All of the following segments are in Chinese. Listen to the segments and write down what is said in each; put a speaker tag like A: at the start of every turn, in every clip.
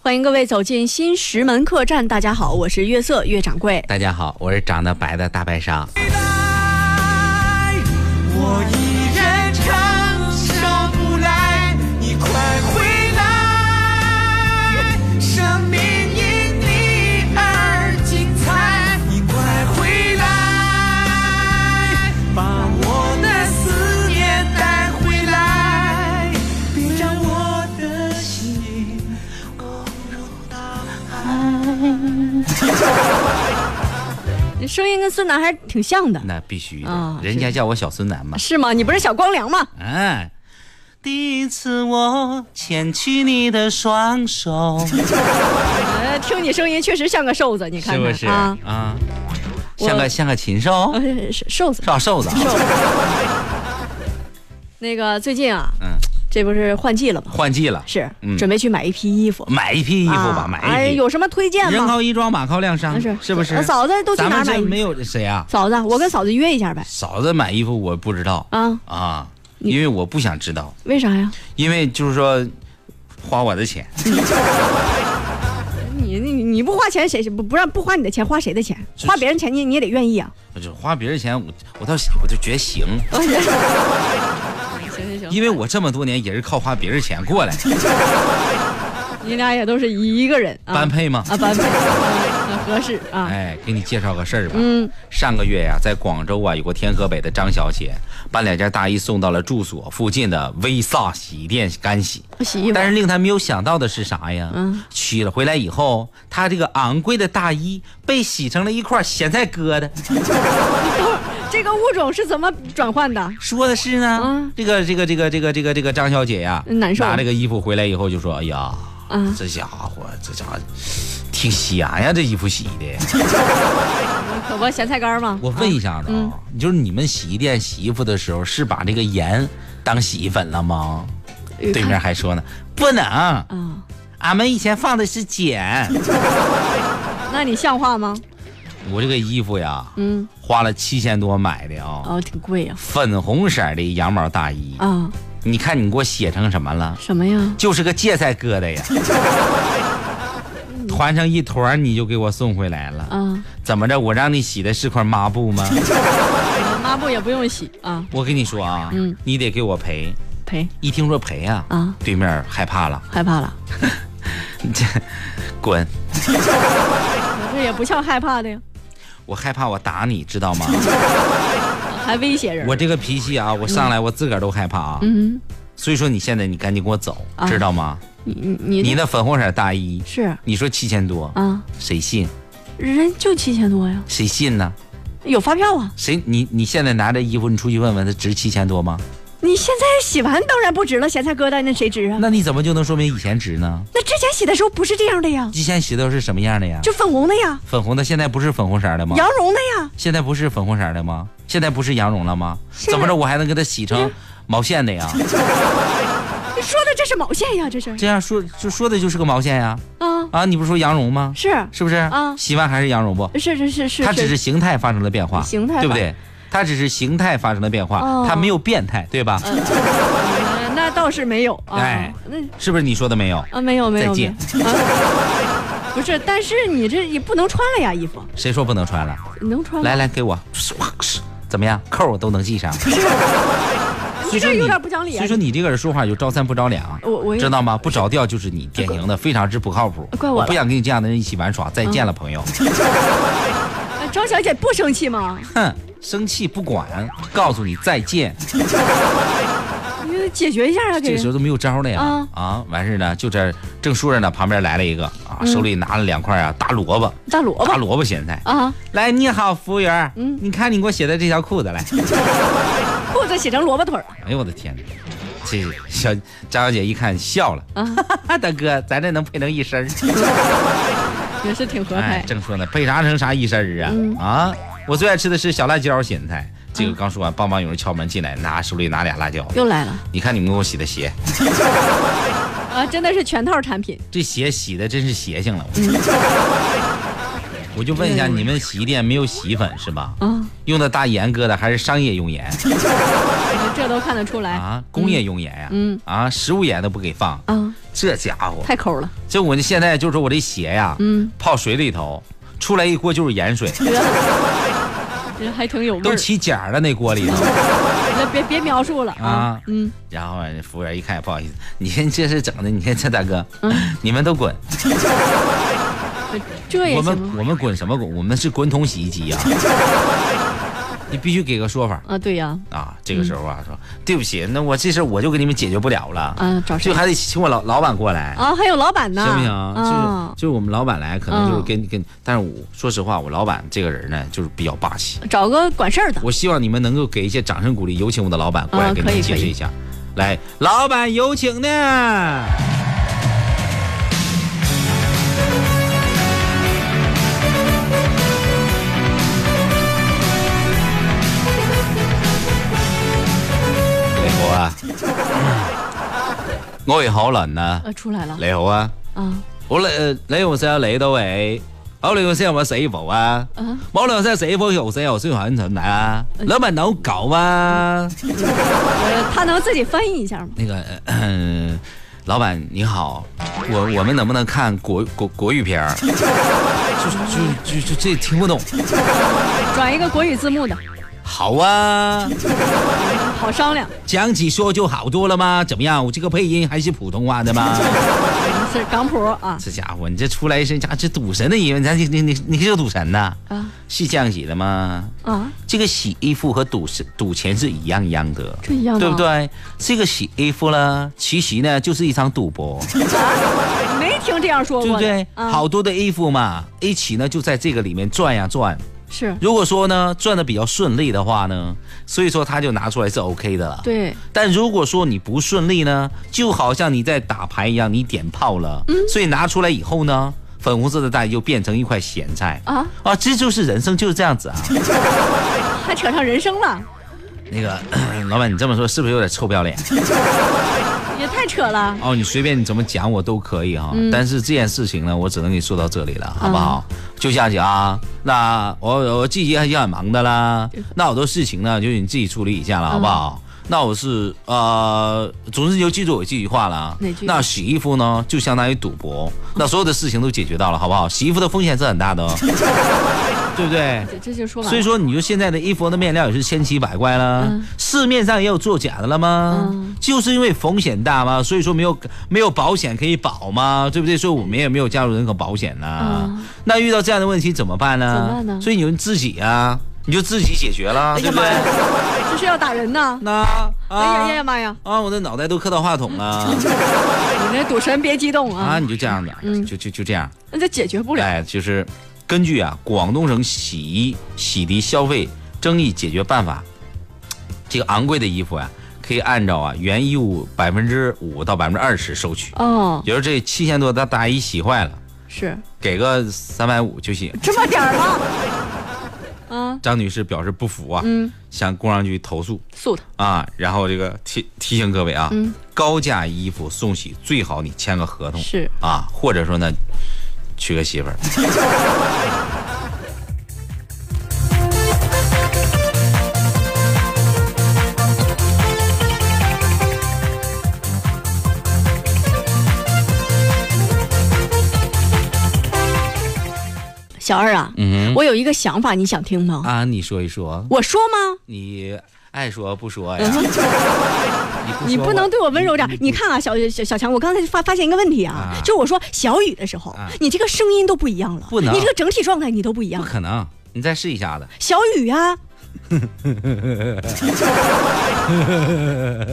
A: 欢迎各位走进新石门客栈。大家好，我是月色月掌柜。
B: 大家好，我是长得白的大白鲨。
C: 我依然唱上不来，你快回来，生命因你而精彩，你快回来，把我的思念带回来，别让我的心空如大
A: 声音跟孙楠还是挺像的，
B: 那必须的，
A: 啊
B: 人家叫我小孙楠嘛。
A: 是吗？你不是小光良吗？
B: 嗯，
C: 第一次我牵起你的双手。
A: 呃，听你声音确实像个瘦子，你看
B: 是
A: 看
B: 不是
A: 啊
B: 啊？像个像个禽兽，
A: 呃，是瘦子。
B: 少瘦子啊。
A: 那个最近啊，
B: 嗯，
A: 这不是换季了吗？
B: 换季了，
A: 是，
B: 嗯
A: 准备去买一批衣服。
B: 买一批衣服吧，
A: 啊
B: 买
A: 哎，
B: 一批。
A: 有什么推荐
B: 人
A: 吗？
B: 靠衣装，马靠晾
A: 那
B: 衫，
A: 是
B: 不是
A: 呃？嫂子都去
B: 咱
A: 哪儿
B: 们
A: 买
B: 这
A: 衣服
B: 没有谁啊？
A: 嫂子，我跟嫂子约一下呗。
B: 嫂子买衣服我不知道
A: 啊，
B: 啊，
A: 你
B: 因为我不想知道，
A: 为啥呀？
B: 因为就是说花我的钱。
A: 你你你不花钱谁谁不不让不花你的钱花谁的钱？
B: 这
A: 花别人钱你你也得愿 意啊。
B: 我就花别人钱，我我倒是我就觉得行，
A: 行行行，
B: 因为我这么多年也是靠花别人钱过来，
A: 你俩也都是一个人啊，
B: 般配吗？
A: 啊般配，啊很合适啊。
B: 哎，给你介绍个事儿吧。
A: 嗯，
B: 上个月呀、在广州啊，有个天河北的张小姐，把两件大衣送到了住所附近的威萨洗衣店干洗。
A: 洗衣服
B: 但是令她没有想到的是啥呀？
A: 嗯，
B: 取了回来以后，她这个昂贵的大衣被洗成了一块咸菜疙瘩。
A: 这个物种是怎么转换的？
B: 说的是呢，
A: 啊
B: 这个这个这个这个这个这个张小姐呀、
A: 难受
B: 拿这个衣服回来以后就说：“哎呀，
A: 啊
B: 这家伙这家伙挺咸呀，这衣服洗的。
A: 可不咸菜干儿吗？
B: 我问一下子
A: 嗯
B: 啊，就是你们洗衣店洗衣服的时候，是把这个盐当洗衣粉了吗？
A: 嗯
B: 对面还说呢，不能，
A: 啊，
B: 俺们以前放的是碱。
A: 嗯那你像话吗？
B: 我这个衣服呀，
A: 嗯，
B: 花了七千多买的啊、
A: 哦，挺贵呀。
B: 粉红色的羊毛大衣，
A: 啊，
B: 你看你给我写成什么了？
A: 什么呀？
B: 就是个芥菜疙瘩呀， 团成一团你就给我送回来了。
A: 啊，
B: 怎么着？我让你洗的是块抹布吗？
A: 嗯抹布也不用洗啊，
B: 我跟你说啊，
A: 嗯
B: 你得给我赔。
A: 赔
B: 一听说赔啊，
A: 啊
B: 对面害怕了，
A: 害怕了？
B: 滚！
A: 我这也不像害怕的呀，
B: 我害怕我打你，知道 吗？
A: 啊还威胁人。
B: 我这个脾气啊，我上来我自个儿都害怕啊。
A: 嗯，
B: 所以说你现在你赶紧给我走，
A: 啊
B: 知道吗？
A: 你你
B: 你
A: 你
B: 那粉红色大衣，
A: 是
B: 你说七千多，
A: 啊，
B: 谁信？
A: 人就七千多呀，
B: 谁信呢？
A: 有发票啊。
B: 谁？你你现在拿着衣服，你出去问问，它值七千多吗？
A: 你现在洗完当然不值了，咸菜疙瘩那谁值啊？
B: 那你怎么就能说明以前值呢？
A: 那之前洗的时候不是这样的呀，
B: 之前洗的是什么样的呀？
A: 就粉红的呀，
B: 粉红的，现在不是粉红色的吗？
A: 羊绒的呀，
B: 现在不是粉红色的吗？现在不是羊绒了吗？
A: 是
B: 怎么着，我还能给它洗
A: 嗯
B: 成毛线的呀？
A: 你说的这是毛线呀，这是
B: 这样说就说的就是个毛线呀！
A: 啊，
B: 啊，你不是说羊绒吗？
A: 是
B: 是不是？
A: 啊
B: 洗完还是羊绒不？
A: 是是是是，
B: 它只是形态发生了变化，
A: 形态发
B: 对不对？它只是形态发生了变化，
A: 哦
B: 它没有变态，对吧？
A: 呃那倒是没有啊，
B: 哎
A: 那
B: 是不是你说的没有？
A: 啊没有没有
B: 再
A: 没
B: 见
A: 有。 啊不是，但是你这也不能穿了呀，衣服
B: 谁说不能穿了？
A: 能穿吗
B: 来，来，给我，怎么样？扣儿都能系上。所以 说
A: 这
B: 你
A: 有点不讲理啊
B: 所以说你这个人说话就招三不着两，
A: 我我也
B: 知道吗？不着调就是你典型的非常之不靠谱。
A: 怪我了嗯
B: 不想跟你这样的人一起玩耍。再见了，朋友。
A: 哎张小姐不生气吗？
B: 哼，生气不管，告诉你再见。
A: 你解决一下啊，给
B: 这个时
A: 人
B: 候都没有招了呀
A: 啊。
B: 啊，完事儿呢，就这正说着呢，旁边来了一个啊，手里拿了两块啊大萝卜，
A: 大萝
B: 大
A: 卜
B: 萝卜咸菜。
A: 啊，
B: 来，你好，服务员。
A: 嗯
B: 你看你给我写的这条裤子来。
A: 裤子洗成萝卜腿儿
B: 哎呦我的天哪！这小张小姐一看笑了，
A: 啊，
B: 大哥，咱这能配成一身儿。
A: 也是挺合
B: 哎
A: 拍，。
B: 正说呢，配啥成啥一身儿啊、啊！我最爱吃的是小辣椒咸菜。这个刚说完，梆梆有人敲门进来，拿手里拿俩辣椒。
A: 又来了
B: 你看你们给我洗的鞋，
A: 啊，真的是全套产品。
B: 这鞋洗的真是邪性了。
A: 嗯
B: 我就问一下，你们洗衣店没有洗衣粉是吧？
A: 啊，
B: 用的大盐疙瘩还是商业用盐？
A: 这都看得出来
B: 啊，工业用盐呀、
A: 嗯
B: 啊，食物盐都不给放，
A: 啊，
B: 这家伙，
A: 太抠 了，
B: 这我这现在就是我这鞋呀、
A: 嗯，
B: 泡水里头，出来一锅就是盐水，
A: 这还挺有味
B: 都
A: 儿。
B: 起茧儿了那锅里头
A: 那别别描述了
B: 啊。
A: 嗯，
B: 然后啊服务员一看也不好意思，你看这是整的，你看这大哥，
A: 嗯
B: 你们都滚，
A: 这也
B: 我
A: 行
B: 们
A: 吗？
B: 我们滚什么滚？我们是滚筒洗衣机 呀、你必须给个说法
A: 啊，对呀，
B: 啊！这个时候啊，说对不起，那我这事儿我就给你们解决不了了，
A: 啊，找谁
B: 就？还得请我老老板过来。
A: 啊，还有老板呢，
B: 行不行？
A: 啊
B: 就是，就是我们老板来，可能就是
A: 嗯
B: 跟跟，但是我说实话，我老板这个人呢，就是比较霸气。
A: 找个管事儿的。
B: 我希望你们能够给一些掌声鼓励，有请我的老板过来
A: 啊
B: 给你
A: 可
B: 们
A: 以
B: 解
A: 可
B: 释
A: 以
B: 一下。来，老板有请呢。你好 啊，我係可能啊。
A: 呃，出来了
B: 你好啊。
A: 啊
B: 好啦，誒你好先嚟到喂，好你好先有冇死服啊？
A: 啊，
B: 冇你好先死服又死又先很蠢啊！你咪扭狗啊！
A: 呃他能自己翻译一下吗？
B: 那个，呃老板你好，我我们能不能看国国国语片儿？就就就就这听不懂。
A: 转一个国语字幕的，
B: 好啊，
A: 好商量。
B: 讲起说就好多了吗？怎么样？我这个配音还是普通话的吗？
A: 是港普啊
B: 这家伙，你这出来一身家这赌神的音乐，咱你你你你是个赌神呐？
A: 啊
B: 是这样写的吗？
A: 啊，
B: 这个洗衣服和赌是赌钱是一样一样的，
A: 这一样的
B: 对不对？这个洗衣服呢，其实呢就是一场 赌博，嗯
A: 没听这样说
B: 对
A: 过
B: 不
A: 的，
B: 对？
A: 啊、
B: 好多的衣服嘛，一起呢就在这个里面转呀转。
A: 是
B: 如果说呢转的比较顺利的话呢，所以说他就拿出来是 OK 的了。
A: 对
B: 但如果说你不顺利呢，就好像你在打牌一样，你点炮了，所以拿出来以后呢，粉红色的蛋又变成一块咸菜
A: 啊，
B: 啊，这就是人生就是这样子啊。
A: 还扯上人生了，
B: 那个 老板，你这么说是不是有点臭不要脸？
A: 也太扯了。
B: 哦，你随便你怎么讲我都可以哈，
A: 嗯
B: 但是这件事情呢，我只能给你说到这里了，好不好？就这样子啊，那我我自己还是很忙的啦，那好多事情呢，就是你自己处理一下了，好不好？
A: 嗯
B: 那我是呃，总之你就记住我这句话了。
A: 哪句
B: 那洗衣服呢，就相当于赌博，那所有的事情都解决到了，好不好？洗衣服的风险是很大的，哦， 对不对？
A: 这这就说完了。
B: 所以说，你就现在的衣服的面料也是千奇百怪啦，
A: 嗯
B: 市面上也有作假的了吗？
A: 嗯
B: 就是因为风险大嘛，所以说没有没有保险可以保嘛，对不对？所以我们也没有加入任何保险呐、
A: 嗯
B: 那遇到这样的问题怎么办呢？
A: 怎么办呢哎
B: 所以你就自己啊，你就自己解决了，对不对？
A: 这是要打人呢。
B: 那啊
A: 哎呀哎呀妈呀！
B: 啊，我的脑袋都磕到话筒
A: 哎
B: 了
A: 你那赌神别激动
B: 啊！
A: 啊，
B: 你就这样的，
A: 嗯
B: 就就就这样。
A: 那就解决不了。
B: 哎，就是根据啊广东省洗衣洗涤消费争议解决办法，这个昂贵的衣服啊，可以按照啊原衣物百分之五到百分之二十收取。
A: 哦，
B: 比如这七千多的大衣洗坏了，
A: 是
B: 给个三百五就行。
A: 这么点儿吗？啊，
B: 张女士表示不服啊，
A: 嗯，
B: 向工商局投诉
A: 诉他。
B: 啊。然后这个提提醒各位啊，
A: 嗯
B: 高价衣服送洗最好你签个合同
A: 是
B: 啊，或者说呢，娶个媳妇儿。
A: 小二啊，
B: 嗯
A: 我有一个想法，你想听吗？
B: 啊，你说一说。
A: 我说吗？
B: 你爱说不说呀？
A: 嗯
B: 你
A: 你
B: 不说
A: 不能对我温柔点儿。
B: 你
A: 你看啊，小小小强，我刚才发发现一个问题啊，就是我说小雨的时候，
B: 啊
A: 你这个声音都不一样了，
B: 不能
A: 你这个整体状态你都不一样
B: 不。可能，你再试一下子。
A: 小雨啊，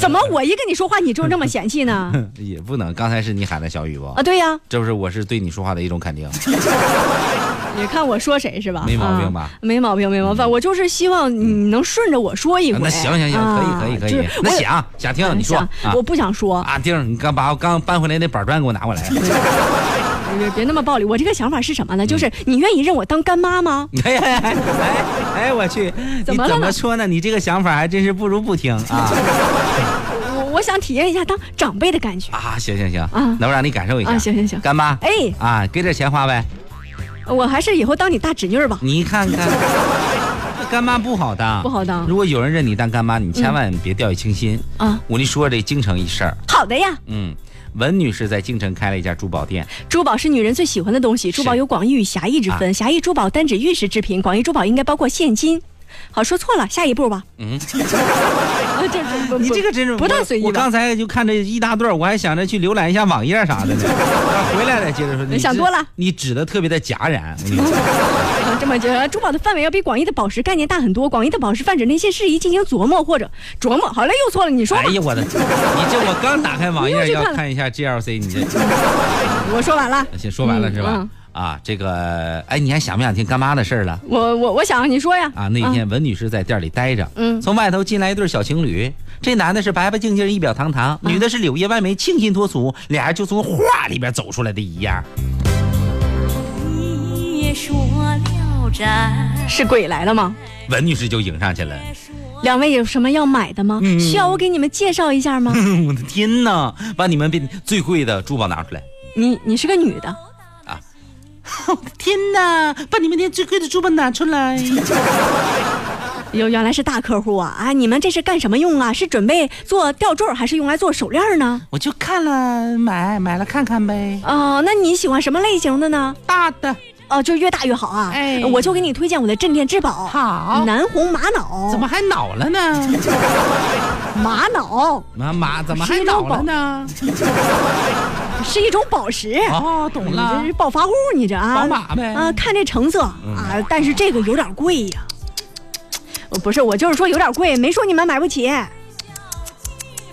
A: 怎么我一跟你说话你就这么嫌弃 呢？
B: 也不能，刚才是你喊的小雨不
A: 啊，？对呀、
B: 这不是我是对你说话的一种肯定。
A: 你看我说谁是吧？
B: 没毛病吧嗯
A: 啊没毛病，没毛病。我就是希望你能顺着我说一回。
B: 那行行行，
A: 啊
B: 可以可以可
A: 就
B: 以
A: 是。
B: 那
A: 我也
B: 想想听你说
A: 想
B: 啊
A: 我不想说，
B: 啊，丁儿，你刚把我刚搬回来那板砖给我拿 过来。
A: 别别那么暴力。我这个想法是什么呢？
B: 嗯
A: 就是你愿意认我当干妈吗？
B: 哎哎哎哎哎，我去，
A: 怎么了
B: 你怎么
A: 呢
B: 说呢？你这个想法还真是不如不听啊
A: 我我想体验一下当长辈的感觉。
B: 啊！行行行，那我让你感受一下。
A: 啊行行行
B: 干妈，
A: 哎，
B: 啊，给点钱花呗，
A: 我还是以后当你大侄女儿吧。
B: 你看看，干妈不好当，
A: 不好当
B: 如果有人认你当干妈，你千万别掉以轻心。
A: 啊，
B: 我跟你说这京城一事儿，
A: 好的呀，
B: 嗯，文女士在京城开了一家珠宝店，
A: 珠宝是女人最喜欢的东西，珠宝有广义与狭义之
B: 啊
A: 分，狭义珠宝单指玉石制品，广义珠宝应该包括现金。好，说错了，下一步吧。
B: 嗯，
A: 啊，这不不
B: 你这个真是
A: 不大随意
B: 我。我
A: 吧
B: 刚？才就看这一大段儿，我还想着去浏览一下网页啥 的呢。回来了，接着说。你
A: 想
B: 这
A: 多了
B: 你指的特别的戛然。我跟你 说
A: 啊这么觉得，珠宝的范围要比广义的宝石概念大很多。广义的宝石泛指那些事宜进行琢磨或者琢磨。好嘞，又错了，你说吧
B: 哎。呀，我的，你这我刚打开网
A: 你又
B: 页
A: 去
B: 要
A: 看了
B: 看一下 GLC，你这。
A: 我说完了，
B: 先说完了
A: 嗯
B: 是吧？
A: 嗯
B: 啊，这个，哎，你还想不想听干妈的事儿了？
A: 我我我想让你说呀。
B: 啊，那天文女士在店里待着，
A: 嗯
B: 从外头进来一对小情侣，这男的是白白净净一表堂堂，女的是柳叶弯眉清新脱俗，俩人就从画里边走出来的一样。
D: 你也说了斋，
A: 啊是鬼来了吗？
B: 文女士就迎上去了，
A: 两位有什么要买的
B: 嗯
A: 吗？需要我给你们介绍一下吗？
B: 我的天哪，把你们变最贵的珠宝拿出来，
A: 你你是个女的，
B: 天哪，把你们店最贵的珠宝拿出来。
A: 哟，原来是大客户啊！啊，你们这是干什么用啊？是准备做吊坠儿还是用来做手链呢？
B: 我就看了买，买了看看呗，
A: 哦、那你喜欢什么类型的呢？
B: 大的
A: 哦、就越大越好啊！
B: 哎
A: 我就给你推荐我的镇店之宝，
B: 好
A: 南红玛瑙。
B: 怎么还恼了呢？
A: 玛瑙
B: 妈妈怎么
A: 是
B: 还
A: 一种
B: 恼了
A: 宝
B: 呢？
A: 是一种宝石？
B: 哦，懂了
A: 你这。是暴发户，你这啊，
B: 宝马呗
A: 啊，看这成色
B: 嗯
A: 啊，但是这个有点贵呀、我不是，我就是说有点贵，没说你们买不起。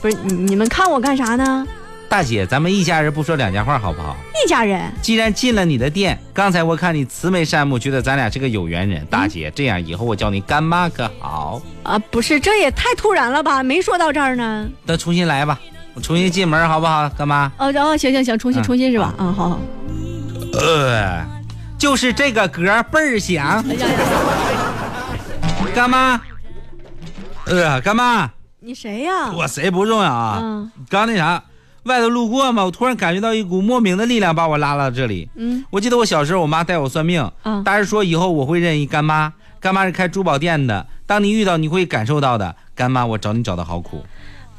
A: 不是你你们看我干啥呢？
B: 大姐，咱们一家人不说两家话好不好？
A: 一家人，
B: 既然进了你的店，刚才我看你慈眉善目，觉得咱俩是个有缘人。大姐，这样以后我叫你干妈可好？
A: 啊，不是，这也太突然了吧？没说到这儿呢。
B: 那重新来吧，我重新进门好不好，干妈？
A: 哦哦，行行行，重新
B: 嗯
A: 重新是吧？啊，好好。
B: 呃，就是这个歌儿倍儿响。干妈，呃，干妈，
A: 你谁呀？
B: 我谁不重要啊
A: 嗯？
B: 刚那啥，外头路过嘛，我突然感觉到一股莫名的力量把我拉到这里。
A: 嗯，
B: 我记得我小时候，我妈带我算命，
A: 嗯
B: 大人说以后我会认一干妈，干妈是开珠宝店的，当你遇到你会感受到的，干妈我找你找的好苦，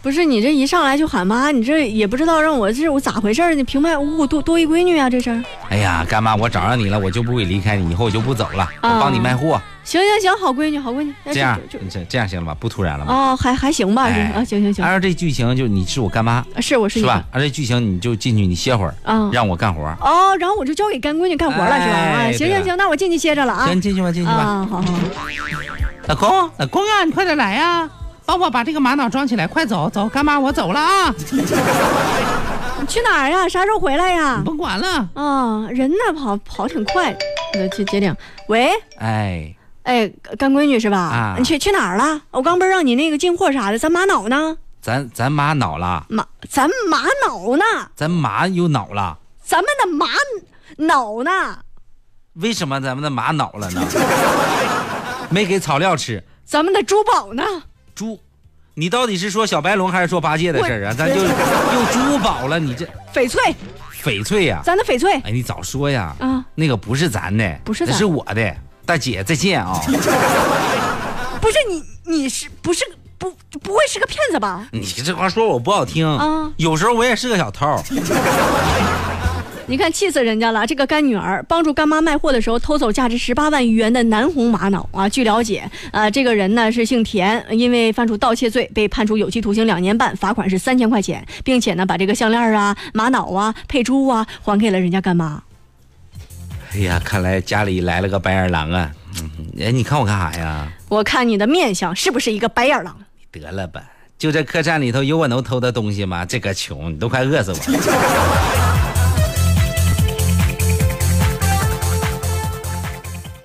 A: 不是你这一上来就喊妈，你这也不知道让我这我咋回事儿？你平白无故多多一闺女啊，这是。
B: 哎呀，干妈我找上你了，我就不会离开你，以后我就不走了，我
A: 啊
B: 帮你卖货，
A: 行行行，好闺女，好闺女。哎
B: 这样
A: 就就
B: 这这样行了吧？不突然了吧？
A: 哦，还还行吧，是
B: 哎
A: 啊，行行行，
B: 按照这剧情就是你是我干妈
A: 啊是我是
B: 是
A: 你
B: 吧？按照这剧情你就进去你歇会儿，
A: 啊。
B: 让我干活，
A: 哦，然后我就交给干闺女干活了，是吧？
B: 哎
A: 啊，行
B: 对了
A: 行行，那我进去歇着了啊
B: 行，。你进去吧，进去吧。
A: 啊，好好，好嗯
B: 老公，老公啊，你快点来呀、
E: 帮我把这个玛瑙装起来，快走走，干妈我走了啊，
A: 你去哪儿呀？啥时候回来呀
E: 你？甭管了。
A: 啊，人呢跑跑挺快，呃接接顶。喂，
B: 哎，
A: 哎，干闺女是吧？
B: 啊
A: 你去去哪儿了？我刚不是让你那个进货啥的，咱玛瑙呢？
B: 咱咱妈恼了，
A: 玛，咱玛瑙呢？
B: 咱妈又恼了，
A: 咱们的玛瑙呢？
B: 为什么咱们的马恼了呢？ 没给草料吃，
A: 咱们的珠宝呢？
B: 猪，你到底是说小白龙还是说八戒的事儿啊？咱就用珠宝了，你这
A: 翡翠，
B: 翡翠呀、
A: 咱的翡翠
B: 哎，你早说呀！
A: 啊，
B: 那个不是咱的，
A: 不是咱
B: 那是我的。大姐，再 见啊、
A: 不是你，你是不是不不会是个骗子吧？
B: 你这话说我不好听，
A: 啊
B: 有时候我也是个小偷。
A: 你看，气死人家了！这个干女儿帮助干妈卖货的时候，偷走价值十八万余元的南红玛瑙啊。据了解，呃，这个人呢是姓田，因为犯出盗窃罪，被判处有期徒刑两年半，罚款是三千块钱，并且呢把这个项链啊、玛瑙啊、佩珠啊还给了人家干妈。
B: 哎呀，看来家里来了个白眼狼啊！嗯哎，你看我干啥呀？
A: 我看你的面相是不是一个白眼狼？
B: 得了吧，就这客栈里头有我能偷的东西吗？这个穷，你都快饿死我了。